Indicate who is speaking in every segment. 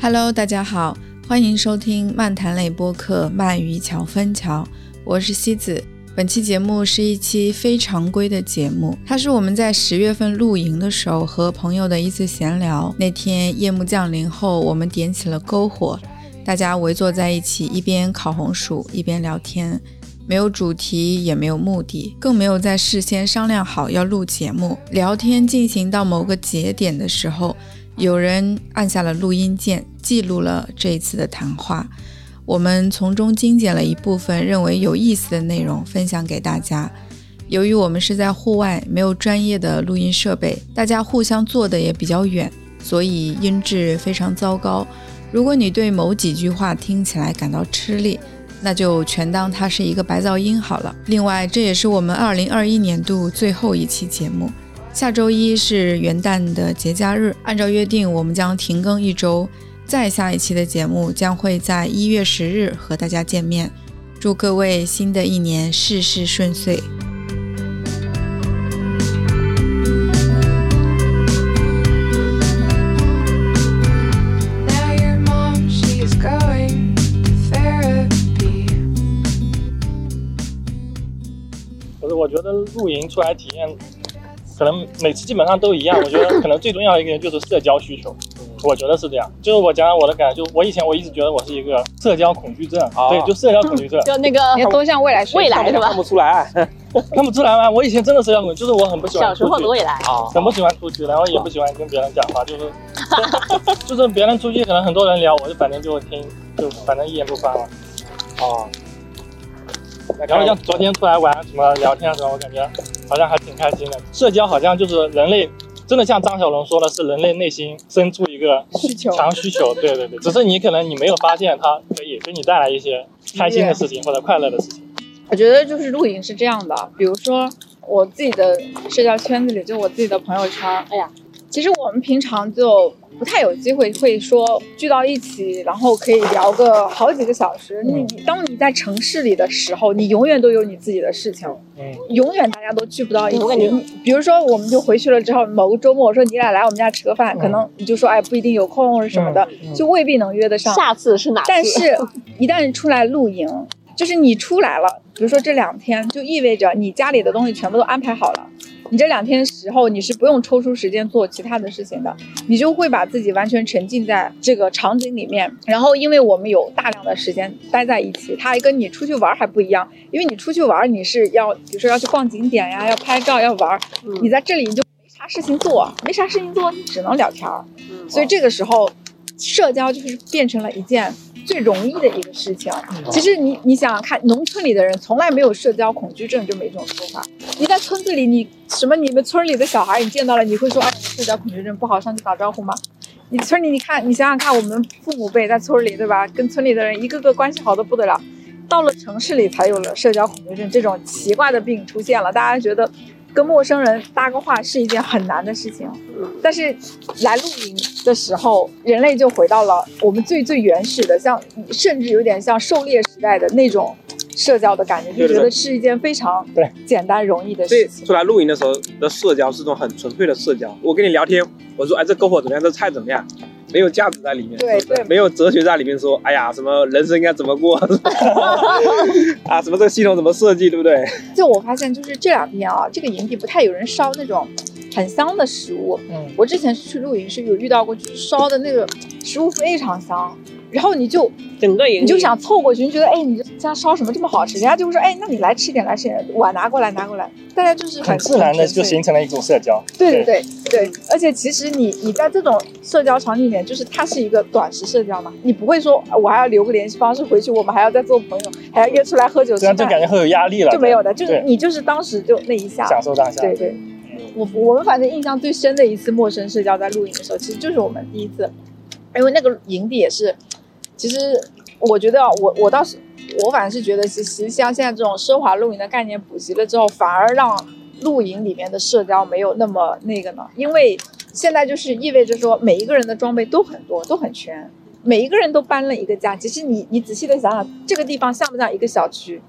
Speaker 1: Hello，大家好，欢迎收听漫谈类播客《鳗鱼桥分桥》，我是西子。本期节目是一期非常规的节目，它是我们在十月份露营的时候和朋友的一次闲聊。那天夜幕降临后，我们点起了篝火，大家围坐在一起，一边烤红薯一边聊天，没有主题，也没有目的，更没有在事先商量好要录节目。聊天进行到某个节点的时候，有人按下了录音键，记录了这一次的谈话。我们从中精简了一部分认为有意思的内容，分享给大家。由于我们是在户外，没有专业的录音设备，大家互相坐的也比较远，所以音质非常糟糕。如果你对某几句话听起来感到吃力，那就全当它是一个白噪音好了。另外，这也是我们二零二一年度最后一期节目。下周一是元旦的节假日，按照约定，我们将停更一周。再下一期的节目将会在一月十日和大家见面。祝各位新的一年事事顺遂。
Speaker 2: Now your mom, she is going to therapy.
Speaker 3: 就是我觉得露营出来体验，可能每次基本上都一样。我觉 得可能最重要的一个就是社交需求，我觉得是这样。就是我讲讲我的感觉，就我以前我一直觉得我是一个社交恐惧症，
Speaker 4: 哦
Speaker 3: 对，就社交恐惧症。
Speaker 5: 就那个
Speaker 6: 你多向未来学习
Speaker 5: 未来是
Speaker 4: 看
Speaker 5: 吧？
Speaker 4: 不 出来
Speaker 3: 看不出来吗？我以前真的社交恐惧，就是我很不喜欢
Speaker 5: 小时
Speaker 3: 出
Speaker 5: 候
Speaker 3: 去
Speaker 5: 的，未来，
Speaker 4: 啊
Speaker 3: 很不喜欢出去，然后也不喜欢跟别人讲话，就是 就是别人出去可能很多人聊，我就反正就听，就反正一言不发嘛。哦
Speaker 4: 啊！
Speaker 3: 然后像昨天出来玩什么聊天的时候，我感觉好像还挺开心的。社交好像就是人类，真的像张小龙说的，是人类内心深处一个
Speaker 6: 需求
Speaker 3: 强需求。对对对，只是你可能你没有发现它可以给你带来一些开心的事情或者快乐的事情。
Speaker 6: 我觉得就是露营是这样的，比如说我自己的社交圈子里，就我自己的朋友圈，
Speaker 5: 哎呀，
Speaker 6: 其实我们平常就不太有机会会说聚到一起，然后可以聊个好几个小时。你
Speaker 5: 嗯
Speaker 6: 当你在城市里的时候，你永远都有你自己的事情，
Speaker 3: 嗯，
Speaker 6: 永远大家都聚不到一起。
Speaker 5: 我感觉
Speaker 6: 你比如说，我们就回去了之后，某个周末我说你俩来我们家吃个饭，
Speaker 5: 嗯
Speaker 6: 可能你就说哎不一定有空或者什么的，
Speaker 3: 嗯
Speaker 6: 嗯就未必能约得上。
Speaker 5: 下次是哪次？
Speaker 6: 但是，一旦出来露营，就是你出来了，比如说这两天，就意味着你家里的东西全部都安排好了。你这两天时候，你是不用抽出时间做其他的事情的，你就会把自己完全沉浸在这个场景里面。然后，因为我们有大量的时间待在一起，它还跟你出去玩儿还不一样，因为你出去玩儿你是要，比如说要去逛景点呀，要拍照，要玩儿。
Speaker 5: 嗯
Speaker 6: 你在这里你就没啥事情做，没啥事情做，你只能聊天儿。
Speaker 5: 嗯
Speaker 6: 所以这个时候，社交就是变成了一件最容易的一个事情。其实你你想想看，农村里的人从来没有社交恐惧症这么一种说法。你在村子里，你什么你们村里的小孩，你见到了，你会说啊，社交恐惧症不好上去打招呼吗？你村里，你看，你想想看，我们父母辈在村里，对吧？跟村里的人一个个关系好的不得了，到了城市里才有了社交恐惧症这种奇怪的病出现了。大家觉得跟陌生人搭个话是一件很难的事情，但是来露营的时候，人类就回到了我们最最原始的，像甚至有点像狩猎时代的那种社交的感觉，就
Speaker 4: 对对
Speaker 6: 觉得是一件非常
Speaker 3: 对
Speaker 6: 简单容易的
Speaker 4: 所以
Speaker 6: 事情。
Speaker 4: 出来露营的时候的社交是种很纯粹的社交。我跟你聊天，我说哎这篝火怎么样，这菜怎么样，没有价值在里面，
Speaker 6: 对
Speaker 4: 是不是
Speaker 6: 对
Speaker 4: 没有哲学在里面说，哎呀什么人生应该怎么 过，啊什么这个系统怎么设计，对不对？
Speaker 6: 就我发现，就是这两天啊，这个营地不太有人烧那种很香的食物。
Speaker 3: 嗯，
Speaker 6: 我之前去露营是有遇到过，就是烧的那个食物非常香，然后你就
Speaker 5: 整个营
Speaker 6: 你就想凑过去，你觉得哎，你这家烧什么这么好吃？人家就会说哎，那你来吃点，来吃点，碗拿过来，拿过来。大家就是
Speaker 3: 很
Speaker 6: 很
Speaker 3: 自然的
Speaker 6: 纯粹
Speaker 3: 就形成了一种社交。
Speaker 6: 对对对对，而且其实你你在这种社交场景里面，就是它是一个短时社交嘛，你不会说啊我还要留个联系方式回去，我们还要再做朋友，还要约出来喝酒吃
Speaker 3: 这样
Speaker 6: 饭，
Speaker 3: 啊就感觉很有压力了，
Speaker 6: 就没有的，就是
Speaker 3: 对啊
Speaker 6: 你就是当时就那一下，
Speaker 3: 享受当下。嗯
Speaker 6: 对对。我我们反正印象最深的一次陌生社交在露营的时候，其实就是我们第一次，因为那个营地也是，其实我觉得啊我我倒是我反而是觉得，其实像现在这种奢华露营的概念普及了之后，反而让露营里面的社交没有那么那个呢，因为现在就是意味着说每一个人的装备都很多，都很全，每一个人都搬了一个家。其实你你仔细的想想，这个地方像不像一个小区，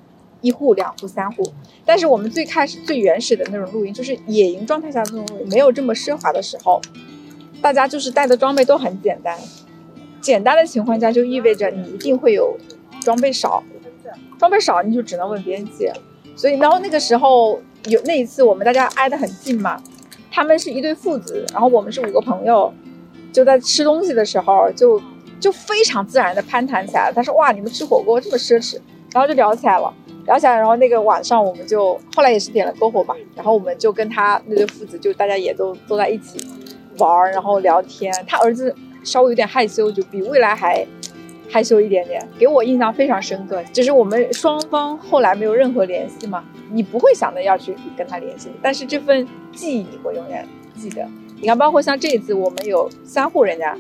Speaker 6: 一户、两户、三户？但是我们最开始最原始的那种露营，就是野营状态下的那种露营，没有这么奢华的时候，大家就是带的装备都很简单，简单的情况下就意味着你一定会有装备少，装备少你就只能问别人借。所以，然后那个时候有那一次我们大家挨得很近嘛，他们是一对父子，然后我们是五个朋友，就在吃东西的时候就就非常自然的攀谈起来了。他说：“哇，你们吃火锅这么奢侈。”然后就聊起来了，聊起来，然后那个晚上我们就后来也是点了篝火吧，然后我们就跟他那对父子就大家也都坐在一起玩儿，然后聊天。他儿子稍微有点害羞，就比未来还害羞一点点，给我印象非常深刻。只是我们双方后来没有任何联系嘛，你不会想着要去跟他联系，但是这份记忆你会永远记得。你看，包括像这一次，我们有三户人家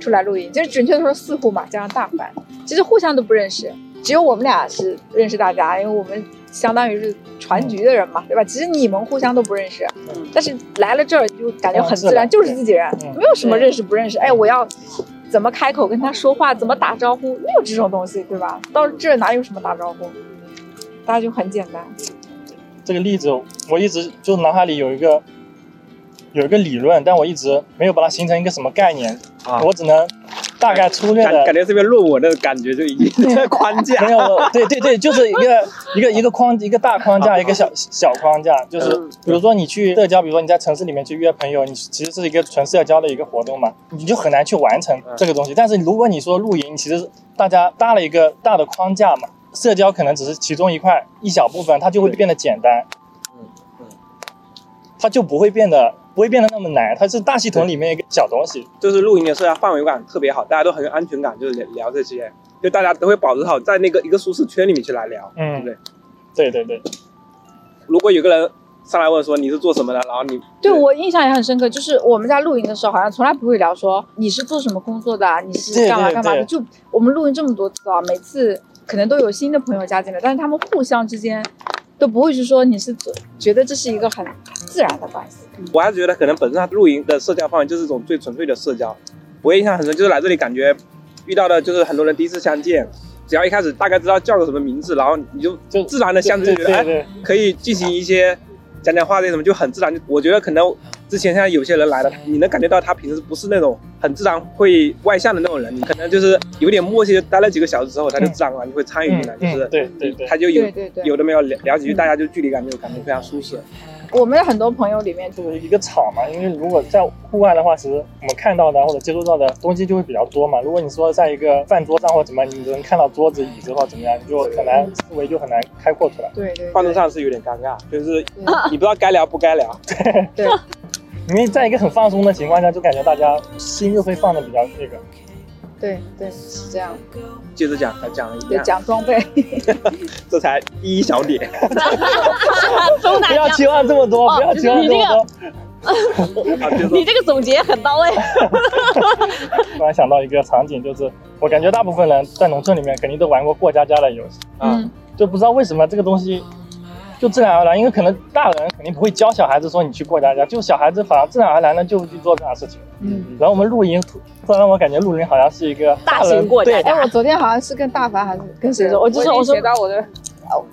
Speaker 6: 出来露营，就是准确的说四户嘛，加上大凡，其实互相都不认识，只有我们俩是认识大家，因为我们相当于是船局的人嘛，对吧？其实你们互相都不认识，但是来了这儿就感觉很自然，
Speaker 3: 嗯
Speaker 6: 就是自己人，
Speaker 3: 嗯
Speaker 6: 没有什么认识不认识。哎，我要怎么开口跟他说话，怎么打招呼，没有这种东西，对吧？到这儿哪有什么打招呼？大家就很简单，
Speaker 3: 这个例子，我一直就脑海里有一个有一个理论，但我一直没有把它形成一个什么概念，
Speaker 4: 啊
Speaker 3: 我只能大概粗略
Speaker 4: 感感
Speaker 3: 的。
Speaker 4: 觉这篇论文的感觉就已经在框 架
Speaker 3: 没。有，对对对，就是一个一个一个框一个大框架，一个小小框架，就是
Speaker 4: 嗯
Speaker 3: 比如说你去社交，比如说你在城市里面去约朋友，你其实是一个纯社交的一个活动嘛，你就很难去完成
Speaker 4: 嗯
Speaker 3: 这个东西。但是如果你说露营，其实大家搭了一个大的框架嘛，社交可能只是其中一块一小部分，它就会变得简单。
Speaker 4: 嗯嗯
Speaker 3: 它就不会变得不会变得那么难，它是大系统里面一个小东西。
Speaker 4: 就是露营的社交氛围感特别好，大家都很有安全感，就是聊聊这些，就大家都会保持好在那个一个舒适圈里面去来聊。
Speaker 3: 嗯
Speaker 4: 对，
Speaker 3: 对对对，
Speaker 4: 如果有个人上来问说你是做什么的，然后你
Speaker 6: 对我印象也很深刻，就是我们在露营的时候，好像从来不会聊说你是做什么工作的啊，你是
Speaker 3: 对
Speaker 6: 干嘛
Speaker 3: 对
Speaker 6: 干嘛的。
Speaker 3: 对
Speaker 6: 就我们露营这么多次啊，每次可能都有新的朋友加进来，但是他们互相之间都不会去说你是做觉得这是一个很自然的关系。
Speaker 4: 我还觉得可能本身它露营的社交范围就是一种最纯粹的社交。我印象很深，就是来这里感觉遇到的就是很多人第一次相见，只要一开始大概知道叫个什么名字，然后你就
Speaker 3: 就
Speaker 4: 自然的相
Speaker 3: 对
Speaker 4: 知，觉
Speaker 3: 对嗯
Speaker 4: 得
Speaker 3: 对
Speaker 4: 哎
Speaker 3: 对
Speaker 4: 可以进行一些讲讲话这些什么，就很自然。我觉得可能之前像有些人来了，啊你能感觉到他平时不是那种很自然会外向的那种人，你可能就是有点默契，待了几个小时之后，他就自然而然就会参与进来，
Speaker 3: 嗯
Speaker 4: 就是
Speaker 3: 嗯对对对
Speaker 4: 他就有
Speaker 6: 对对对，
Speaker 4: 有的没有聊聊几句，大家就距离感就感觉非常舒适。
Speaker 6: 我们的很多朋友里面就
Speaker 3: 就是一个场嘛，因为如果在户外的话，其实我们看到的或者接触到的东西就会比较多嘛。如果你说在一个饭桌上或怎么，你只能看到桌子、椅子或怎么样，你就很难思维就很难开阔出来。
Speaker 6: 对对
Speaker 4: 换桌
Speaker 6: 对
Speaker 4: 上是有点尴尬，就是你不知道该聊不该 聊。
Speaker 6: 对，
Speaker 3: 因为在一个很放松的情况下，就感觉大家心就会放的比较那个。
Speaker 6: 对对是这样。
Speaker 4: 接着讲，讲了一
Speaker 6: 对，
Speaker 4: 样，
Speaker 6: 讲装备，
Speaker 4: 这才第一小 点。
Speaker 5: 总
Speaker 3: 不
Speaker 5: 感
Speaker 3: 要期望这么多，
Speaker 5: 哦
Speaker 3: 不要期望这么多。
Speaker 4: 啊，就是说
Speaker 5: 你这个总结很到位。
Speaker 3: 突然想到一个场景，就是我感觉大部分人在农村里面肯定都玩过过家家的游戏，
Speaker 4: 啊，
Speaker 3: 就不知道为什么这个东西就自然而然，因为可能大人肯定不会教小孩子说你去过家家，就小孩子反而自然而然的就会去做这样的事情。
Speaker 6: 嗯。
Speaker 3: 然后我们露营，突突然让我感觉露营好像是一个
Speaker 5: 大
Speaker 3: 人
Speaker 5: 型过家
Speaker 3: 对
Speaker 5: 家
Speaker 6: 哎，我昨天好像是跟大凡还是跟谁说，我就说
Speaker 5: 我已经
Speaker 6: 我说
Speaker 5: 学到我的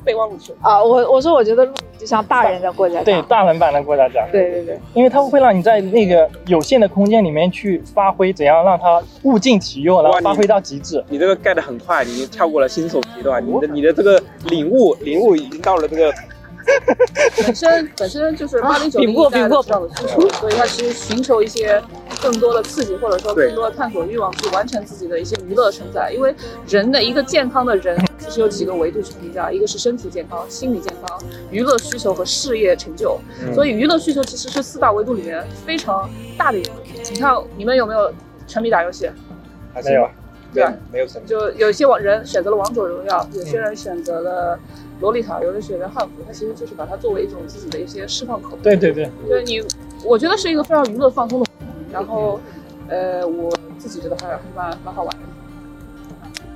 Speaker 5: 备忘录去了。
Speaker 6: 啊，我我说我觉得露营就像大人的过家家，
Speaker 3: 对大人版的过家家，
Speaker 6: 对对对，
Speaker 3: 因为它会让你在那个有限的空间里面去发挥，怎样让它物尽其用，然后
Speaker 4: 哇你
Speaker 3: 发挥到极致。
Speaker 4: 你这个盖的很快，你已经跳过了新手阶段，你的你的这个领悟领悟已经到了这个
Speaker 7: 本身本身就是八零九
Speaker 5: 比
Speaker 7: 零
Speaker 5: 不过
Speaker 7: 年代
Speaker 5: 啊比不过
Speaker 7: 的这种需求，所以他其实寻求一些更多的刺激，或者说
Speaker 4: 对
Speaker 7: 更多的探索欲望，去完成自己的一些娱乐生涯。因为人的一个健康的人，其实有几个维度去评价，一个是身体健康、心理健康、娱乐需求和事业成就。
Speaker 4: 嗯
Speaker 7: 所以娱乐需求其实是四大维度里面非常大的一个。你看你们有没有沉迷打游戏？
Speaker 4: 还
Speaker 3: 没有
Speaker 4: 啊对
Speaker 7: 对
Speaker 4: 没有什么。
Speaker 7: 就有些网人选择了王者荣耀，有些人选择了洛丽塔，有人选择汉服，他其实就是把它作为一种自己的一些释放口。
Speaker 3: 对对对，
Speaker 7: 对你，我觉得是一个非常娱乐放松的活动，然后，呃，我自己觉得还还蛮蛮好玩的。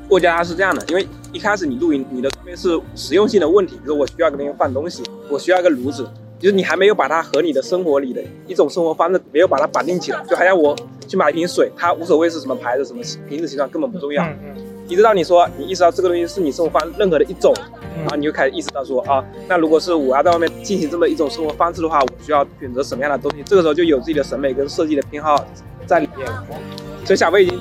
Speaker 4: 过家家是这样的，因为一开始你露营，你的装备是实用性的问题，比如说我需要个地方放东西，我需要一个炉子，就是你还没有把它和你的生活里的一种生活方式没有把它绑定起来，就好像我去买一瓶水，它无所谓是什么牌子、什么瓶子形状，根本不重要。
Speaker 3: 嗯嗯
Speaker 4: 一直到你说你意识到这个东西是你生活方任何的一种，
Speaker 3: 嗯
Speaker 4: 然后你就开始意识到说啊，那如果是我要在外面进行这么一种生活方式的话，我需要选择什么样的东西？这个时候就有自己的审美跟设计的偏好在里面。所以小飞已经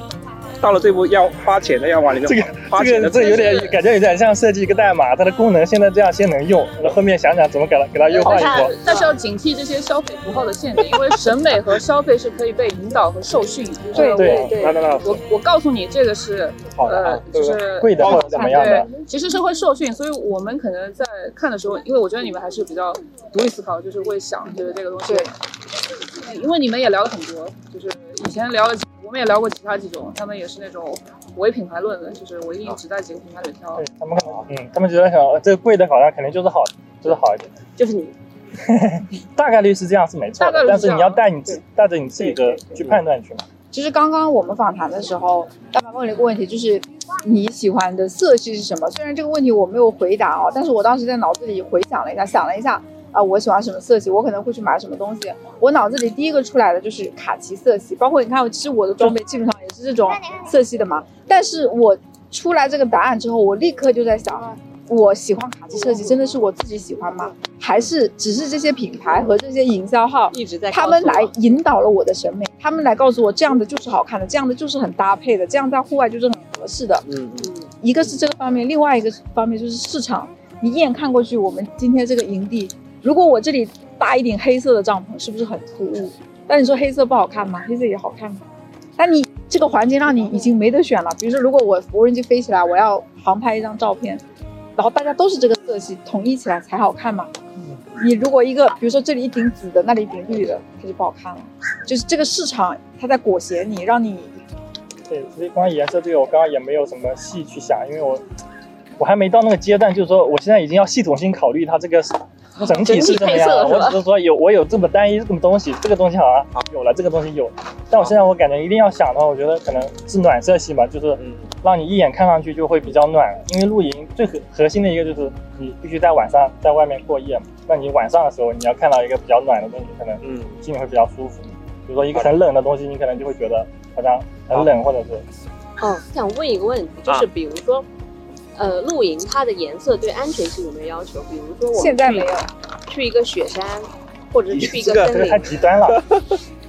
Speaker 4: 到了这步要花钱的要往里面
Speaker 3: 嗯这个
Speaker 4: 花花
Speaker 3: 这
Speaker 4: 钱
Speaker 3: 个
Speaker 4: 的
Speaker 3: 这有点
Speaker 8: 是
Speaker 3: 感觉有点像设计一个代码，它的功能现在这样先能用，然后后面想想怎么给它给它优化一波。
Speaker 8: 呃但是要警惕这些消费符号的陷阱，因为审美和消费是可以被引导和受训。
Speaker 9: 对
Speaker 3: 对
Speaker 9: 对，
Speaker 3: 那那那
Speaker 8: 我我告诉你，这个是
Speaker 3: 好的
Speaker 8: 呃
Speaker 3: 啊，，
Speaker 8: 就
Speaker 3: 对不
Speaker 8: 是
Speaker 3: 对？贵的或者怎么样的，
Speaker 8: 对，其实是会受训，所以我们可能在看的时候，因为我觉得你们还是比较独立思考，就是会想，就是这个东西。因为你们也聊了很多，就是以前聊了几，我们也聊过其他几种，他们也是那种唯品牌论的，就是我一定只在几个品牌里挑
Speaker 3: 对。他们可能嗯，他们觉得想呃这个贵的好像肯定就是好的，就是好一点。
Speaker 5: 就是你
Speaker 3: 大概率是这样是没错
Speaker 8: 大概
Speaker 3: 的，
Speaker 8: 率
Speaker 3: 但
Speaker 8: 是这
Speaker 3: 是
Speaker 8: 样
Speaker 3: 你要带你自带着你自己的去判断去嘛。
Speaker 9: 就是刚刚我们访谈的时候，大白问了一个问题，就是你喜欢的色系是什么？虽然这个问题我没有回答啊，但是我当时在脑子里回想了一下，想了一下啊、我喜欢什么色系，我可能会去买什么东西。我脑子里第一个出来的就是卡其色系，包括你看，其实我的装备基本上也是这种色系的嘛。但是我出来这个答案之后，我立刻就在想。我喜欢卡其设计，真的是我自己喜欢吗？还是只是这些品牌和这些营销号
Speaker 5: 一直在告诉
Speaker 9: 他
Speaker 5: 我
Speaker 9: 们来引导了我的审美，他们来告诉我这样的就是好看的，这样的就是很搭配的，这样在户外就是很合适的。
Speaker 4: 嗯嗯
Speaker 9: 一个是这个方面，另外一个方面就是市场。你一眼看过去，我们今天这个营地，如果我这里搭一顶黑色的帐篷，是不是很突兀？但你说黑色不好看吗？黑色也好看。但你这个环境让你已经没得选了。比如说，如果我无人机飞起来，我要航拍一张照片，然后大家都是这个色系，统一起来才好看嘛。你如果一个，比如说这里一顶紫的，那里一顶绿的，它就不好看了。就是这个市场它在裹挟你，让你
Speaker 3: 对，所以关于颜色这个，我刚刚也没有什么细去想，因为我我还没到那个阶段，就是说我现在已经要系统性考虑它这个整体是怎么样了。
Speaker 5: 整体配色是吧
Speaker 3: 我只是说有我有这么单一这么东西，这个东西好像有了，这个东西有，但我现在我感觉一定要想的话，我觉得可能是暖色系吧，就是
Speaker 4: 嗯
Speaker 3: 让你一眼看上去就会比较暖，因为露营最核核心的一个就是你必须在晚上在外面过夜嘛，那你晚上的时候你要看到一个比较暖的东西，可能
Speaker 4: 嗯，
Speaker 3: 心里会比较舒服。比如说一个很冷的东西，你可能就会觉得好像很冷，或者是
Speaker 5: 哦，想问一个问题，就是比如说，呃，露营它的颜色对安全性有没有要求？比如说我们
Speaker 9: 现在
Speaker 5: 去
Speaker 9: 没有。
Speaker 5: 去一个雪山，或者是去一
Speaker 4: 这个
Speaker 5: 森
Speaker 3: 这个
Speaker 5: 林
Speaker 3: 太，极端了。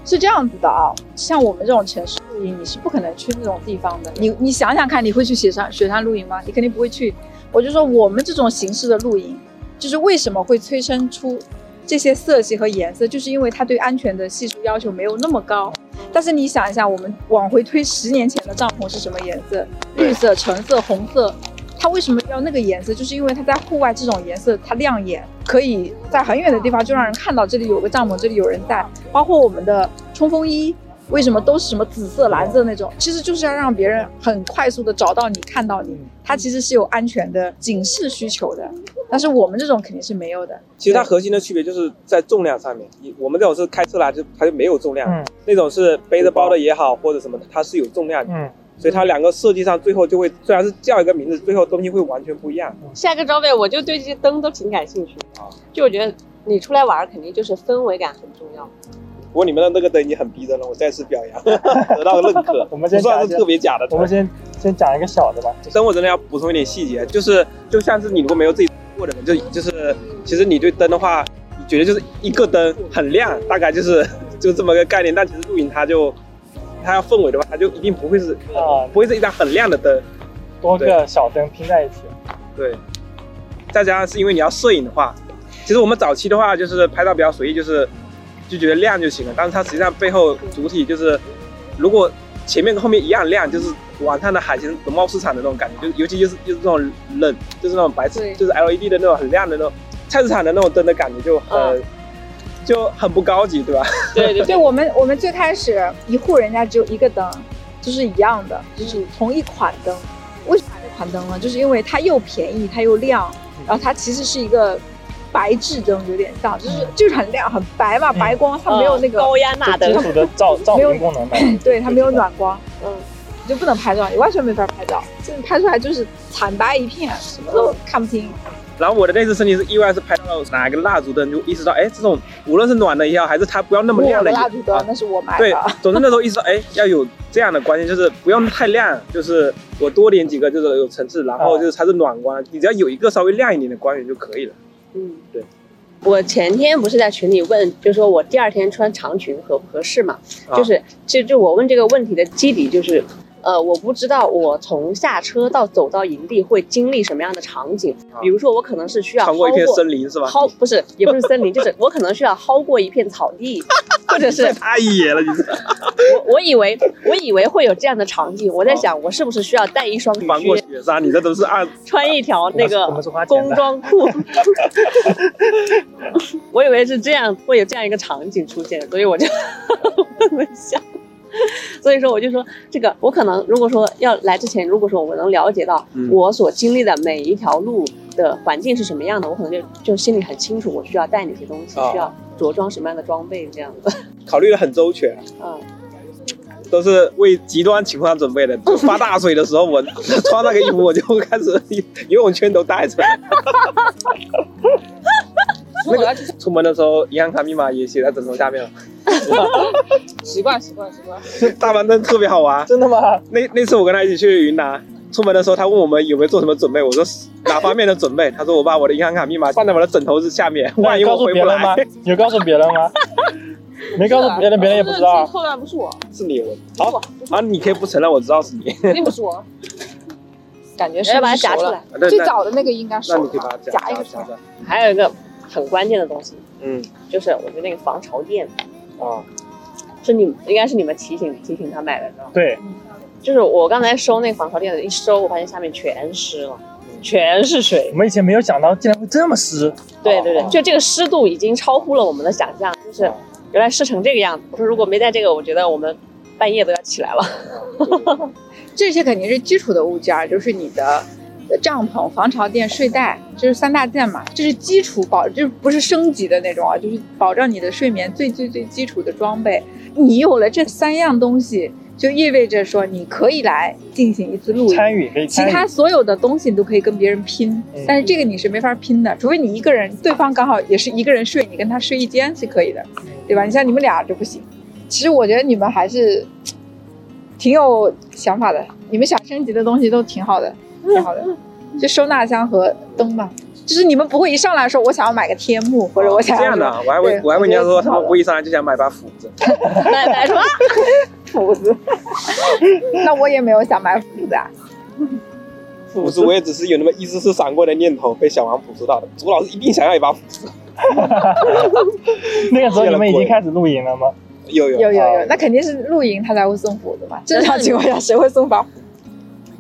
Speaker 9: 是这样子的啊，像我们这种城市露营，你是不可能去那种地方的。你你想想看，你会去雪山雪山露营吗？你肯定不会去。我就说我们这种形式的露营，就是为什么会催生出这些色系和颜色，就是因为它对安全的系数要求没有那么高。但是你想一下，我们往回推十年前的帐篷是什么颜色？绿色、橙色、红色。它为什么要那个颜色？就是因为它在户外这种颜色它亮眼，可以在很远的地方就让人看到这里有个帐篷，这里有人在。包括我们的冲锋衣，为什么都是什么紫色、蓝色那种？其实就是要让别人很快速的找到你、看到你。它其实是有安全的警示需求的，但是我们这种肯定是没有的。
Speaker 4: 其实它核心的区别就是在重量上面，你我们这种是开车来就它就没有重量，
Speaker 3: 嗯
Speaker 4: 那种是背着包的也好或者什么的，它是有重量的，
Speaker 3: 嗯，
Speaker 4: 所以它两个设计上最后就会虽然是叫一个名字，最后东西会完全不一样。
Speaker 5: 下个装备我就对这些灯都挺感兴趣的
Speaker 4: 啊
Speaker 5: 就我觉得你出来玩儿肯定就是氛围感很重要。
Speaker 4: 不过你们的那个灯已经很逼真了，我再次表 扬，得到认可，
Speaker 3: 我们
Speaker 4: 不
Speaker 3: 先
Speaker 4: 算
Speaker 3: 讲一
Speaker 4: 是
Speaker 3: 下
Speaker 4: 特别假的
Speaker 3: 我
Speaker 4: 灯
Speaker 3: 们。先先讲一个小的吧，就是
Speaker 4: 灯我真的要补充一点细节，就是就像是你如果没有自己过的，就就是其实你对灯的话，你觉得就是一个灯很亮，大概就是 就这么个概念。但其实露营它就它要氛围的话，它就一定不会是
Speaker 3: 啊
Speaker 4: 不会是一盏很亮的灯，
Speaker 3: 多个小灯拼在一起。
Speaker 4: 对。再加上是因为你要摄影的话，其实我们早期的话就是拍照比较随意，就是就觉得亮就行了。但是它实际上背后主体就是，如果前面跟后面一样亮，就是晚上的海鲜农贸市场的那种感觉，就尤其就是就是这种冷，就是那种白
Speaker 9: 对
Speaker 4: 就是 LED 的那种很亮的那种菜市场的那种灯的感觉就很、
Speaker 5: 嗯
Speaker 4: 就很不高级，对吧？
Speaker 5: 对对
Speaker 9: 对我们，我们最开始一户人家只有一个灯，就是一样的，就是同一款灯。为什么买这款灯呢？就是因为它又便宜，它又亮，然后它其实是一个白炽灯，有点像，就是就是很亮很白嘛，
Speaker 3: 嗯
Speaker 9: 白光，它没有那个，
Speaker 5: 呃高压钠
Speaker 3: 金
Speaker 5: 灯，
Speaker 3: 属的照照明功 能的，
Speaker 9: 对，它没有暖光，
Speaker 5: 嗯，
Speaker 9: 你就不能拍照，你完全没法拍照，就是拍出来就是惨白一片，什么都看不清。
Speaker 4: 然后我的那次身体是意外是拍到哪个蜡烛灯，就意识到哎，这种无论是暖的也好，还是它不要那么
Speaker 9: 我
Speaker 4: 亮
Speaker 9: 的
Speaker 4: 的也
Speaker 9: 蜡烛
Speaker 4: 啊
Speaker 9: 灯那是我买
Speaker 4: 对
Speaker 9: 的，，
Speaker 4: 总之那时候意识到，哎，要有这样的观念，就是不用太亮，就是我多点几个，就是有层次，然后就是
Speaker 9: 啊
Speaker 4: 它是暖光，你只要有一个稍微亮一点的光源就可以了。
Speaker 5: 嗯，
Speaker 4: 对。
Speaker 5: 我前天不是在群里问，就说我第二天穿长裙合不合适嘛？
Speaker 4: 啊
Speaker 5: 就是，就就我问这个问题的基底就是，呃，我不知道我从下车到走到营地会经历什么样的场景，比如说我可能是
Speaker 9: 啊
Speaker 5: 需要
Speaker 4: 啊穿过一
Speaker 5: 薅
Speaker 4: 片森林是吧？
Speaker 5: 薅不是也不是森林，就是我可能需要薅过一片草地，或者 是
Speaker 4: 太野了，你这
Speaker 5: 我我以为我以为会有这样的场景，我在想我是不是需要带 一双雨
Speaker 4: 翻过
Speaker 5: 靴，
Speaker 4: 雪山，你这都是二
Speaker 5: 穿一条那
Speaker 3: 我们
Speaker 5: 个
Speaker 3: 是花钱
Speaker 5: 工
Speaker 3: 的，
Speaker 5: 装裤， 我以为是这样会有这样一个场景出现，所以我就 问了一下。所以说，我就说这个，我可能如果说要来之前，如果说我能了解到
Speaker 4: 嗯
Speaker 5: 我所经历的每一条路的环境是什么样的，我可能就就心里很清楚，我需要带哪些东西，
Speaker 3: 哦
Speaker 4: 啊
Speaker 5: 需要着装什么样的装备这样子。
Speaker 4: 考虑的很周全，
Speaker 3: 哎
Speaker 5: 嗯，
Speaker 4: 都是为极端情况准备的。就发大水的时候，我 穿那个衣服，我就开始游泳圈都带出来。
Speaker 7: 从我来之前
Speaker 4: 出门的时候，银行卡密码也写在枕头下面了。
Speaker 7: 习惯习惯习惯，
Speaker 4: 大板凳特别好玩，
Speaker 3: 真的吗？
Speaker 4: 那那次我跟他一起去云南，出门的时候他问我们有没有做什么准备，我说是哪方面的准备？他说我把我的银行卡密码放在我的枕头子下 面，
Speaker 3: 那
Speaker 4: 万
Speaker 3: 你
Speaker 4: 一
Speaker 3: 告
Speaker 4: 我
Speaker 3: 诉
Speaker 4: 回
Speaker 3: 别
Speaker 4: 不
Speaker 3: 人吗
Speaker 4: 来。？
Speaker 3: 有告诉别人吗？没告诉别人，别人也不知道。
Speaker 7: 后来不是我，
Speaker 4: 是你，我好啊，你可以不承认，我知道是你。
Speaker 7: 肯定不是我，
Speaker 6: 感觉
Speaker 5: 我
Speaker 6: 是
Speaker 5: 要把它
Speaker 6: 熟
Speaker 5: 夹出
Speaker 6: 了
Speaker 5: 来。
Speaker 4: 那
Speaker 6: 最
Speaker 4: 那
Speaker 6: 早的那个应该是
Speaker 4: 那你可以把它夹
Speaker 6: 夹一个出
Speaker 4: 夹
Speaker 6: 来。
Speaker 4: 夹。
Speaker 5: 还有一个很关键的东西，
Speaker 4: 嗯
Speaker 5: 就是我觉得那个防潮垫
Speaker 4: 啊，
Speaker 5: 是你们应该是你们提醒提醒他买的，是吧？
Speaker 3: 对，
Speaker 5: 就是我刚才收那个防潮垫的，一收我发现下面全湿了，全是水
Speaker 3: 我。们以前没有想到竟然会这么湿。
Speaker 5: 对对
Speaker 3: 哦
Speaker 5: 对，就这个湿度已经超乎了我们的想象，就是原来湿成这个样子。我说如果没带这个，我觉得我们半夜都要起来了。
Speaker 6: 这些肯定是基础的物件儿，就是你的呃帐篷、防潮垫、睡袋，这是三大件嘛，这是基础保，就是不是升级的那种啊，就是保障你的睡眠最最最基础的装备。你有了这三样东西，就意味着说你可以来进行一次露营。
Speaker 3: 参与可以
Speaker 6: 其
Speaker 3: 参与，
Speaker 5: 哎
Speaker 6: 他所有的东西你都可以跟别人拼
Speaker 3: 嗯，
Speaker 6: 但是这个你是没法拼的，除非你一个人，对方刚好也是一个人睡，你跟他睡一间是可以的，
Speaker 5: 嗯
Speaker 6: 对吧？你像你们俩就不行。其实我觉得你们还是挺有想法的，你们想升级的东西都挺 好的，挺好的。就收纳箱和灯吧，就是你们不会一上来说我想要买个天
Speaker 5: 哦
Speaker 6: 幕，或者我想要
Speaker 4: 这样的啊，我还问
Speaker 6: 对
Speaker 4: 我还问人
Speaker 6: 我
Speaker 4: 家说
Speaker 6: 觉得挺
Speaker 4: 他
Speaker 6: 好的
Speaker 4: 们不一上来就想买把斧子，
Speaker 5: 来来说，啊
Speaker 6: 斧子，那我也没有想买斧子啊。
Speaker 4: 斧子我也只是有那么一丝丝闪过的念头，被小王捕捉到的。朱老师一定想要一把斧子，
Speaker 3: 那个时候你们已经开始露营了吗？
Speaker 4: 有有
Speaker 6: 有有
Speaker 4: 啊
Speaker 6: 有，那肯定是露营他才会送斧子嘛，正常情况下谁会送把斧子？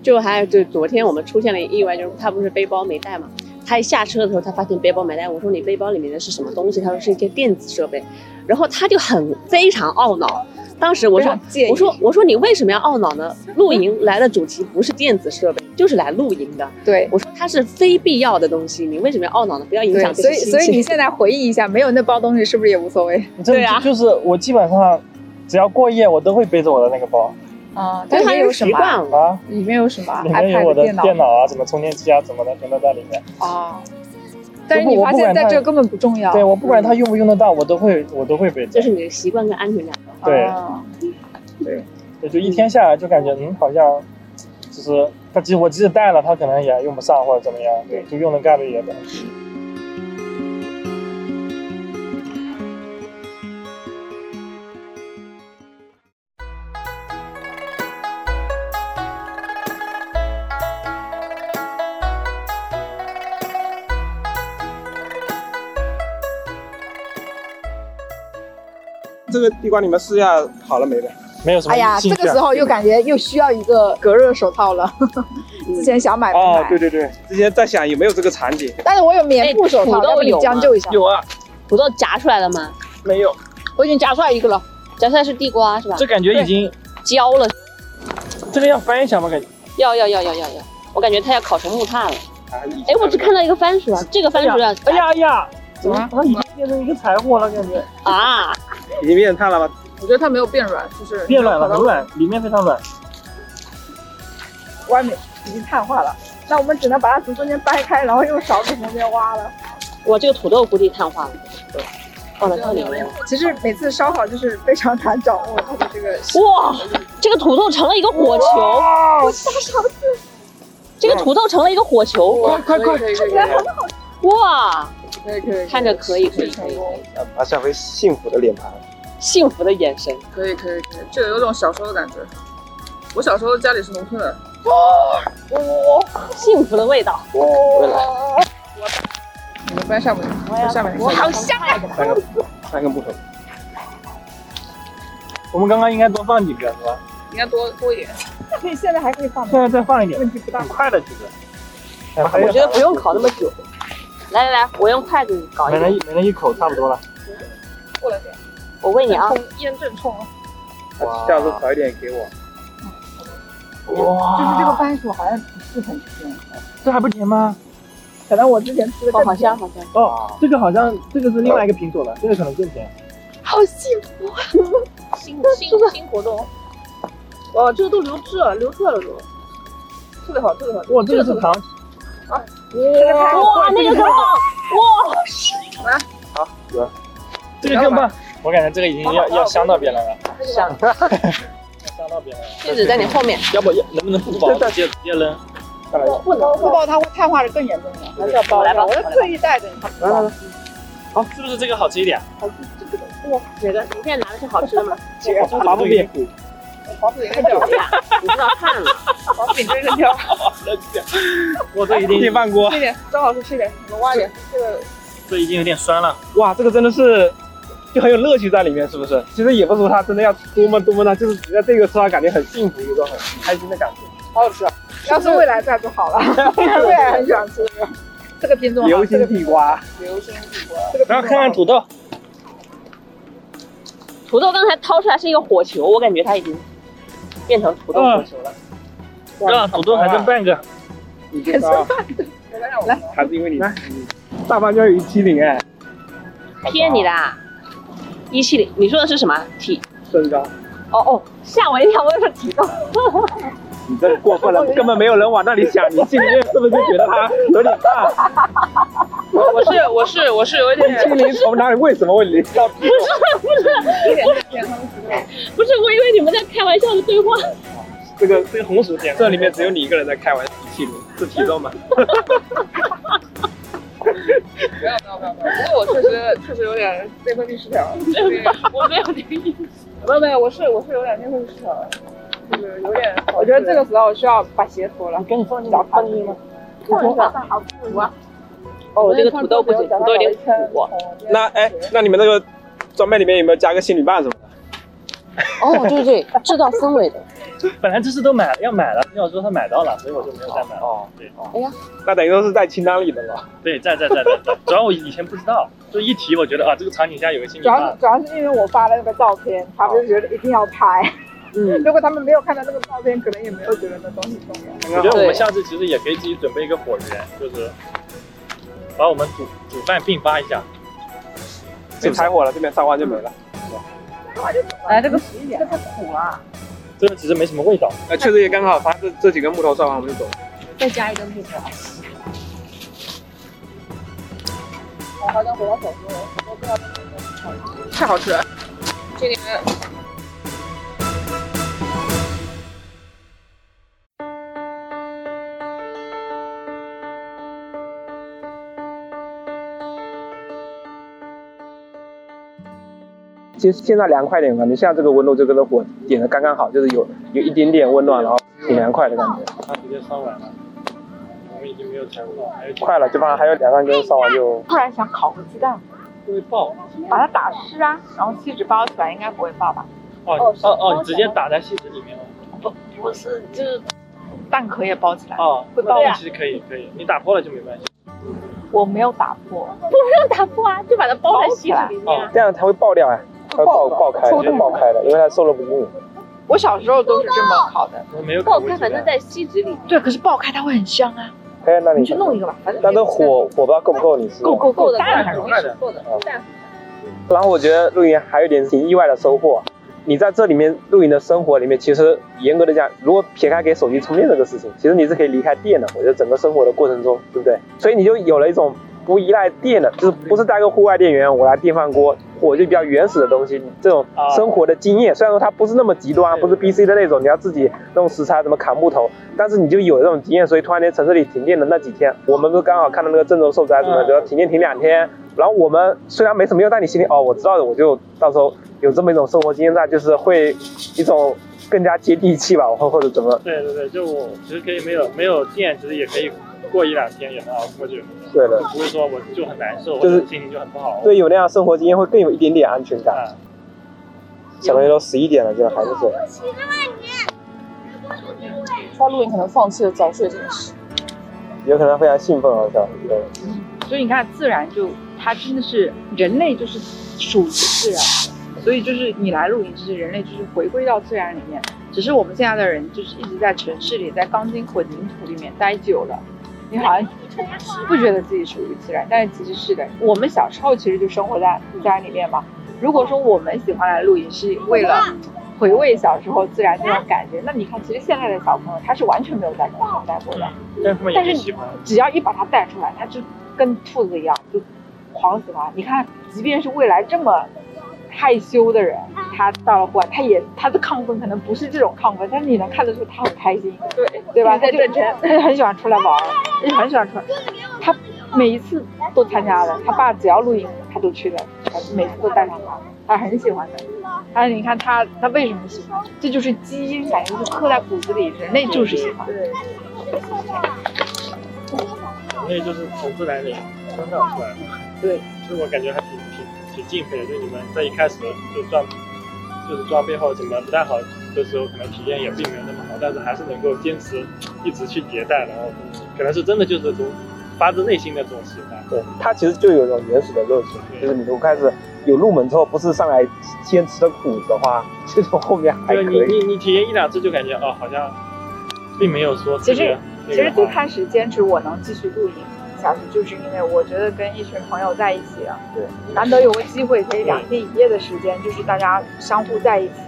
Speaker 5: 就还有就昨天我们出现了意外，就是他不是背包没带嘛，他一下车的时候他发现背包没带，我说你背包里面的是什么东西？他说是一些电子设备，然后他就很非常懊恼。当时我
Speaker 6: 非
Speaker 5: 说
Speaker 6: 常介意
Speaker 5: 我说我说你为什么要懊恼呢？露营来的主题不是电子设备，就是来露营的。
Speaker 6: 对。
Speaker 5: 我说它是非必要的东西，你为什么要懊恼呢？不要影响
Speaker 6: 对，所
Speaker 5: 这个
Speaker 6: 以
Speaker 5: 心情。
Speaker 6: 所以你现在回忆一下，没有那包东西是不是也无所谓
Speaker 3: 这
Speaker 5: 对啊
Speaker 3: 就是我基本上只要过夜，我都会背着我的那个包
Speaker 6: 啊？
Speaker 5: 对
Speaker 6: 里
Speaker 5: 他
Speaker 6: 面
Speaker 5: 就
Speaker 6: 有
Speaker 5: 是
Speaker 6: 什
Speaker 5: 习
Speaker 6: 么啊？
Speaker 5: 惯了。
Speaker 3: 啊，
Speaker 6: 里面有什么啊
Speaker 3: 里面有
Speaker 6: ？iPad、
Speaker 3: 我的
Speaker 6: 电脑
Speaker 3: 电脑啊，什么充电器啊，什么的全都在里面。
Speaker 6: 啊？但是
Speaker 3: 我不
Speaker 6: 你
Speaker 3: 我
Speaker 6: 发
Speaker 3: 不
Speaker 6: 现
Speaker 3: 管
Speaker 6: 在
Speaker 3: 它
Speaker 6: 这根本不重要。
Speaker 3: 对，我不管它用不用得到，我都会我都会背着
Speaker 5: 这。是你的习惯跟安全感。
Speaker 3: 对
Speaker 6: 啊
Speaker 3: 也就一天下来就感觉嗯，好像就是它即我即使带了，它可能也用不上或者怎么样，对，就用的概率也很低。
Speaker 4: 这个地瓜你们试一下好了没呗？
Speaker 3: 没有什么
Speaker 6: 哎呀，这
Speaker 3: 兴趣啊
Speaker 6: 个时候又感觉又需要一个隔热手套了。
Speaker 5: 嗯
Speaker 6: 之前想买
Speaker 5: 哦
Speaker 6: 没
Speaker 4: 啊，对
Speaker 6: 买，
Speaker 4: 对对，之前在想有没有这个场景，
Speaker 6: 但是我有棉布手
Speaker 5: 哎
Speaker 6: 套，
Speaker 5: 土豆
Speaker 6: 要不你
Speaker 5: 有
Speaker 6: 将
Speaker 5: 吗
Speaker 6: 就一下。
Speaker 4: 有啊，
Speaker 5: 土豆夹出来了吗？
Speaker 4: 没有，
Speaker 6: 我已经夹出来一个了。
Speaker 5: 夹出来是地瓜是吧？
Speaker 4: 这感觉已经
Speaker 5: 焦了，
Speaker 4: 这个要翻一下吗？感觉
Speaker 5: 要要要要要要！我感觉它要烤成木炭了。
Speaker 4: 啊，已经
Speaker 5: 哎，我只看到一个番薯啊，这个番薯要
Speaker 3: 哎呀哎呀，
Speaker 6: 怎么了
Speaker 3: 它已经变成一个柴火了，感觉
Speaker 5: 啊！
Speaker 4: 已经变成炭了吗？
Speaker 7: 我觉得它没有变软，就是
Speaker 3: 变软了，很软，里面非常软。
Speaker 6: 外面已经碳化了，那我们只能把它从中间掰开，然后用勺子从中间挖了。
Speaker 5: 我这个土豆估计碳化了，对，放到这里面了。
Speaker 6: 其实每次烧烤就是非常难掌握自己这个
Speaker 5: 哇，这个土豆成了一个火球，
Speaker 6: 我
Speaker 5: 这个土豆成了一个火球，
Speaker 7: 快快可以可以可以
Speaker 5: 哇，
Speaker 7: 可以可以，
Speaker 5: 看着可以可以可
Speaker 7: 成
Speaker 5: 以，
Speaker 7: 功，
Speaker 4: 啊，马小飞幸福的脸庞，
Speaker 5: 幸福的眼神，
Speaker 7: 可以可以可以，这个有种小时候的感觉。我小时候家里是农村的，
Speaker 5: 幸福的味道。
Speaker 7: 你们班上面下面
Speaker 5: 我好香啊！
Speaker 3: 三个三个木头。我们刚刚应该多放几个是吧？
Speaker 7: 应该多多一点。
Speaker 6: 可以现在还可以放
Speaker 3: 现
Speaker 6: 的，
Speaker 3: 在再放一点，
Speaker 6: 问题不大
Speaker 3: 很。快的其实。哎
Speaker 5: 我觉得不用烤那么久。来来来，我用筷子搞一
Speaker 3: 每人
Speaker 5: 个。
Speaker 3: 一每人一口差不多了。
Speaker 7: 过了点，
Speaker 5: 我问 你啊，
Speaker 7: 冲烟正冲，
Speaker 3: 哇
Speaker 4: 下次烤一点给我。
Speaker 6: 就是这个
Speaker 3: 哇，
Speaker 6: 番薯好像不是很甜，
Speaker 3: 这还不甜吗？
Speaker 6: 可能我之前吃的
Speaker 5: 哦，
Speaker 6: 更
Speaker 5: 好
Speaker 6: 甜。
Speaker 5: 香好香。
Speaker 3: 哦，这个好像这个是另外一个品种了，这个可能更甜。
Speaker 6: 好幸福，
Speaker 7: 新新新活动。哇，这个都流汁了，流出来了都。特别好，特别好。
Speaker 3: 哇，这个
Speaker 7: 特
Speaker 3: 是
Speaker 7: 别好
Speaker 3: 糖。
Speaker 5: 哇，那个更好。
Speaker 3: 这个更棒！我感觉这个已经要要香到别人了，
Speaker 5: 香，
Speaker 3: 要香到别人了。
Speaker 5: 戒指在你后面，
Speaker 3: 要不要能不能不包？直接直接扔。下来，
Speaker 6: 不能不爆它会碳化的更严重了。
Speaker 5: 还是要包来吧
Speaker 6: 我。是特意带着你，
Speaker 3: 来来来，好，是不是这个好吃一点？
Speaker 5: 哪个？你现在拿的是好吃的吗？
Speaker 3: 麻布饼，
Speaker 6: 黄浦扔掉，
Speaker 5: 你知道看了。
Speaker 6: 黄浦真扔掉，
Speaker 3: 哇，这一定
Speaker 4: 电饭锅，
Speaker 6: 吃一点，张老师吃一点，我挖一点。这个
Speaker 3: 这已经有点酸了。
Speaker 4: 哇，这个真的是就很有乐趣在里面，是不是？其实也不是说它真的要多么多么的，就是只要这个吃到感觉很幸福，有一种很开心的感觉。
Speaker 6: 好好吃，要是未来再就好了。未来很想吃这个这个
Speaker 5: 啊
Speaker 6: 品种好，
Speaker 4: 流
Speaker 6: 这
Speaker 4: 心
Speaker 6: 个
Speaker 4: 地瓜，
Speaker 6: 流心地瓜，这个
Speaker 3: 然后看看土豆，
Speaker 5: 土豆刚才掏出来是一个火球，我感觉它已经变成土豆火球了。
Speaker 3: 啊，土豆还剩半个。
Speaker 4: 你就知道
Speaker 6: 来，
Speaker 4: 还是因为你大番椒有一七零哎，
Speaker 5: 骗你的啊！一七零，你说的是什么体？
Speaker 4: 身高，
Speaker 5: 哦哦，吓我一跳，我以为是体重。
Speaker 4: 你这过分了，根本没有人往那里想，你心里面是不是就觉得它有点 大？
Speaker 7: 我是我是我是有一点
Speaker 4: 心里从哪里为什么会零到体重？
Speaker 6: 一点一点，
Speaker 5: 不是，我以为你们在开玩笑的对话。
Speaker 4: 这个
Speaker 3: 这个红薯点，
Speaker 4: 这里面只有你一个人在开玩笑，一七零是体 重吗？
Speaker 7: 不要不要不要！不要！不过我确实确实有点内分泌失调，对
Speaker 5: 我没有这个意思。
Speaker 7: 没有没有，我是我是有点内分泌失调的，就是有点。
Speaker 6: 我觉得这个时候需要把鞋脱了。
Speaker 3: 给你放进去，放进去吗？
Speaker 5: 哦，这个土豆不行，土豆有点苦过。
Speaker 4: 那哎，那你们那个装备里面有没有加个仙女棒什么的？
Speaker 5: 哦，对对，制造氛围的。
Speaker 3: 本来这次都买了，要买了，要说他买到了，所以我就没有再买了。哦，对，
Speaker 4: 那等于说是在清单里的了。
Speaker 3: 对，在在在在在， 主要我以前不知道，就一提我觉得啊，这个场景下有个新啊
Speaker 6: 主
Speaker 3: 品
Speaker 6: 要是
Speaker 3: 牌，
Speaker 6: 主要是因为我发了那个照片，他们就觉得一定要拍。
Speaker 4: 嗯，
Speaker 6: 如果他们没有看到那个照片，可能也没有觉得那东西重要。
Speaker 3: 我觉得我们下次其实也可以自己准备一个火源，就是把我们煮煮饭并发一下。
Speaker 4: 被柴火了，这边三花就没了。
Speaker 6: 来，这个十一点，这个
Speaker 3: 这个其实没什么味道，
Speaker 4: 呃，确实也刚好，反正这这几根木头烧完我们就走了。
Speaker 6: 再加一根木头。
Speaker 7: 太好吃了，这里面
Speaker 4: 其实现在凉快点嘛，你现在这个温度，这个的火点的刚刚好，就是有有一点点温暖，然后挺凉快的感觉。
Speaker 3: 它直接烧完了，我们已经没有柴火了，还有
Speaker 4: 快了，就怕还有两三根烧完就
Speaker 6: 突然想烤个鸡蛋，
Speaker 3: 会爆。
Speaker 6: 把它打湿啊，然后锡纸包起来，应该不会爆吧？
Speaker 3: 哦哦哦，你直接打在锡纸里面吗？
Speaker 5: 不是，就是
Speaker 6: 蛋壳也包起来。
Speaker 3: 哦，
Speaker 6: 会爆
Speaker 3: 那
Speaker 6: 呀
Speaker 3: 其实可以可以，你打破了就没关系。
Speaker 6: 我没有打破，
Speaker 5: 打破啊，就把它包在锡纸里面啊。
Speaker 4: 这样它会爆掉哎，它会爆爆开，就爆开了，因为它受了不住。
Speaker 6: 我小时候都是这么烤的。
Speaker 3: 我没有
Speaker 5: 爆
Speaker 3: 烤过
Speaker 5: 开，
Speaker 3: 鸡蛋
Speaker 5: 反正在锡纸里。
Speaker 6: 对，可是爆开它会很香啊。
Speaker 4: 可以，那你
Speaker 6: 你去弄一个吧，反正
Speaker 4: 但这火火不知道够不够你吃。
Speaker 6: 够。够够
Speaker 5: 的，
Speaker 6: 蛋
Speaker 5: 很
Speaker 6: 很
Speaker 5: 容
Speaker 6: 容
Speaker 5: 易
Speaker 6: 易
Speaker 5: 吃
Speaker 6: 吃
Speaker 5: 够的。蛋
Speaker 4: 然后我觉得露营还有一点挺意外的收获。你在这里面露营的生活里面，其实严格的讲，如果撇开给手机充电这个事情，其实你是可以离开电的。我觉得整个生活的过程中，对不对？所以你就有了一种不依赖电的，就是不是搭个户外电源，我拿电饭锅，火就比较原始的东西，这种
Speaker 6: 啊
Speaker 4: 生活的经验。虽然说它不是那么极端，不是 B C 的那种，你要自己弄食材，怎么砍木头，但是你就有这种经验。所以突然间城市里停电的那几天，我们不是刚好看到那个郑州受灾什么的，
Speaker 3: 嗯
Speaker 4: 就要停电停两天，然后我们虽然没什么用，但你心里哦，我知道的，我就到时候有这么一种生活经验在，就是会一种更加接地气吧，或或者怎么？
Speaker 3: 对对对，就我其实可以没有没有电，其实也可以过一两天也能熬过去，
Speaker 4: 对的，
Speaker 3: 不会说我就很难受，
Speaker 4: 就
Speaker 3: 或
Speaker 4: 是
Speaker 3: 者心情就很不好。
Speaker 4: 对，有那样生活经验会更有一点点安全感。
Speaker 3: 啊，
Speaker 4: 小朋友都十一点了，这还是这样。
Speaker 7: 他露营可能放弃了早睡这件事。
Speaker 4: 有可能非常兴奋好像，对，
Speaker 9: 所以你看，自然就它真的是人类就是属于自然的，所以就是你来露营，就是人类就是回归到自然里面。只是我们现在的人就是一直在城市里，在钢筋混凝土里面待久了，你好像不觉得自己属于自然，但是其实是的。我们小时候其实就生活在自然里面嘛。如果说我们喜欢来露营是为了回味小时候自然那种感觉，那你看，其实现在的小朋友他是完全没有在农村待过的。
Speaker 3: 但他们也
Speaker 9: 但
Speaker 3: 不
Speaker 9: 是
Speaker 3: 喜欢。
Speaker 9: 只要一把它带出来，它就跟兔子一样，就狂喜欢。你看，即便是未来这么害羞的人，他到了户外，他也他的亢奋可能不是这种亢奋，但是你能看得出他很开心，
Speaker 7: 对
Speaker 9: 对吧？
Speaker 7: 他
Speaker 9: 他
Speaker 7: 就
Speaker 9: 就真很喜欢出来玩儿，也很喜欢出来。他每一次都参加的，他爸只要露营他都去的，他每次都带上他，他很喜欢的。但是你看他，他为什么喜欢？这就是基因，感觉就刻在骨子里，人类就是喜欢。
Speaker 7: 对，
Speaker 3: 那就是从自然里生长出来的。
Speaker 9: 对，
Speaker 3: 就是我感觉还挺挺挺敬佩的，就你们在一开始就装，就是装备或者什么不太好的时候，可能体验也并没有那么好，但是还是能够坚持一直去迭代，然后可能是真的就是从发自内心的这种喜欢。
Speaker 4: 对，它其实就有一种原始的乐趣，就是你从开始有入门之后，不是上来先吃的苦的话，这种后面还可
Speaker 3: 对你
Speaker 4: 以。
Speaker 3: 你你体验一两次就感觉哦，好像并没有说特
Speaker 9: 其实
Speaker 3: 别
Speaker 9: 其实最
Speaker 3: 看
Speaker 9: 开始坚持我能继续露营下去，就是因为我觉得跟一群朋友在一起啊，
Speaker 4: 对，
Speaker 9: 难得有个机会可以两天一夜的时间，就是大家相互在一起，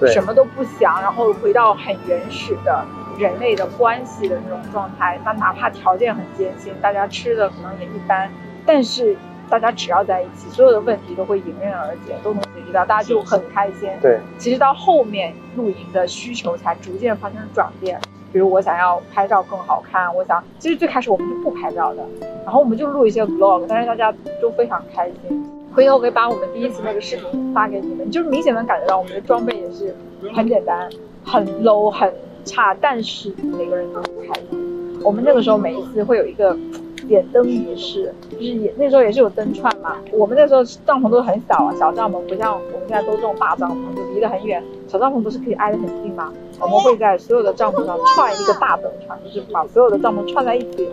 Speaker 4: 对
Speaker 9: 什么都不想，然后回到很原始的人类的关系的那种状态。那哪怕条件很艰辛，大家吃的可能也一般，但是。大家只要在一起，所有的问题都会迎刃而解，都能解决掉，大家就很开心。
Speaker 4: 对，
Speaker 9: 其实到后面露营的需求才逐渐发生转变。比如我想要拍照更好看，我想其实最开始我们是不拍照的，然后我们就录一些 vlog，但是大家都非常开心。回头我会把我们第一次那个视频发给你们，就是明显能感觉到我们的装备也是很简单、很 low、很差，但是每个人都很开心。我们那个时候每一次会有一个点灯仪式，就是也那时候也是有灯串嘛。我们那时候帐篷都很小啊，小帐篷不像我们现在都这种大帐篷，就离得很远。小帐篷不是可以挨得很近吗？我们会在所有的帐篷上串一个大灯串，就是把所有的帐篷串在一起。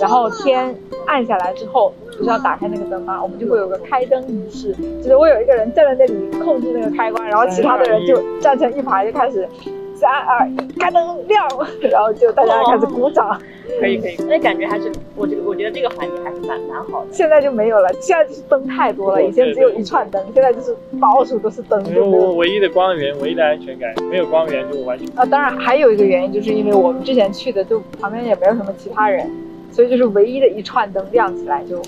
Speaker 9: 然后天暗下来之后，不是要打开那个灯吗？我们就会有个开灯仪式，就是会有一个人站在那里控制那个开关，然后其他的人就站成一排就开始三二一开灯亮， 然后就大家开始鼓掌。
Speaker 5: 可以可以，那感觉还是我这个我觉得这个环节还是蛮蛮好的。
Speaker 9: 现在就没有了，现在就是灯太多了，
Speaker 3: 对哎
Speaker 9: 以前只有一串灯，现在就是到处都是灯，
Speaker 3: 因
Speaker 9: 就
Speaker 3: 为
Speaker 9: 没有
Speaker 3: 我唯一的光源，唯一的安全感，没有光源就完全
Speaker 9: 啊，当然还有一个原因，就是因为我们之前去的就旁边也没有什么其他人，所以就是唯一的一串灯亮起来就，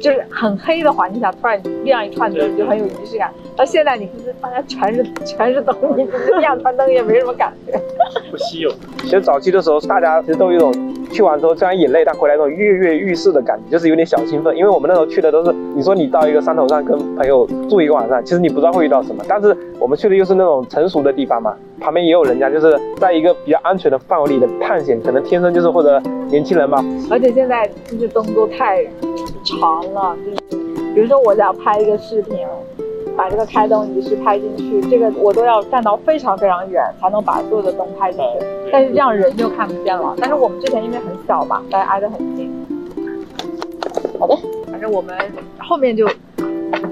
Speaker 9: 就是很黑的环境下突然亮一串
Speaker 3: 对
Speaker 9: 灯，你就很有仪式感。到现在你就是大家全是全是灯，你只是亮串灯也没什么感觉。
Speaker 3: 不稀有。
Speaker 4: 其实早期的时候，大家其实都有一种去完之后虽然眼泪，但回来那种跃跃欲试的感觉，就是有点小兴奋。因为我们那时候去的都是，你说你到一个山头上跟朋友住一个晚上，其实你不知道会遇到什么。但是我们去的又是那种成熟的地方嘛，旁边也有人家就是在一个比较安全的范围里的探险，可能天生就是或者年轻人嘛，嗯
Speaker 9: 而且现在就是灯都太长了，就是比如说我想拍一个视频，把这个开灯仪式拍进去，这个我都要站到非常非常远才能把所有的灯拍进去。
Speaker 3: 对
Speaker 9: 但是这样人就看不见了。但是我们之前因为很小嘛，大家挨得很近。好的，反正我们后面就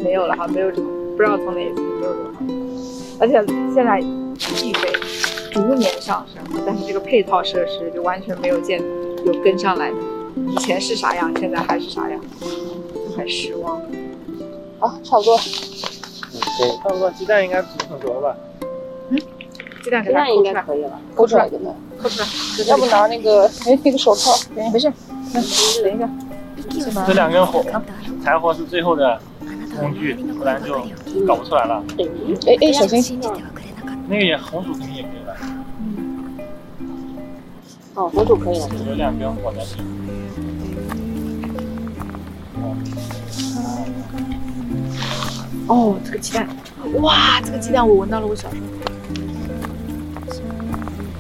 Speaker 9: 没有了哈，没有这个，不知道从哪一次就没有这个，而且现在地位逐年上升，但是这个配套设施就完全没有见有跟上来的，以前是啥样，现在还是啥样，就很失望。
Speaker 7: 好，差不多。
Speaker 3: 差不多鸡蛋应该煮很熟吧？
Speaker 9: 鸡蛋给
Speaker 5: 现
Speaker 9: 它
Speaker 5: 在应
Speaker 9: 抠出
Speaker 5: 该
Speaker 9: 来，
Speaker 5: 可以了，
Speaker 7: 抠出来的呢？
Speaker 9: 抠出来，
Speaker 7: 要不拿那个哎那个手套？没事，
Speaker 9: 等一下，
Speaker 3: 这两根火柴火是最后的工具，不然就搞不出来了。
Speaker 7: 哎哎，小心。
Speaker 3: 那个也红薯泥也可以了，
Speaker 5: 哦，红薯可以了。
Speaker 3: 有两根火柴。
Speaker 9: 哦，这个鸡蛋，哇，这个鸡蛋我闻到了我小时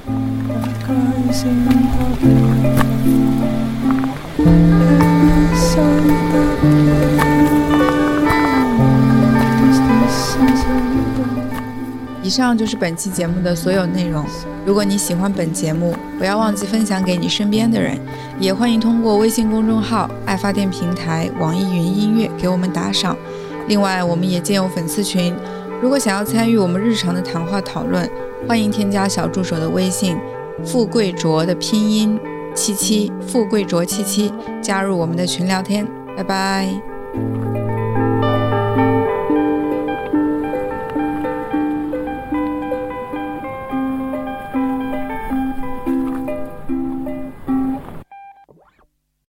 Speaker 9: 候。
Speaker 6: 以上就是本期节目的所有内容。如果你喜欢本节目，不要忘记分享给你身边的人，也欢迎通过微信公众号、爱发电平台、网易云音乐给我们打赏。另外，我们也建有粉丝群，如果想要参与我们日常的谈话讨论，欢迎添加小助手的微信“富贵卓”的拼音“七七”，富贵卓七七，加入我们的群聊天。拜拜。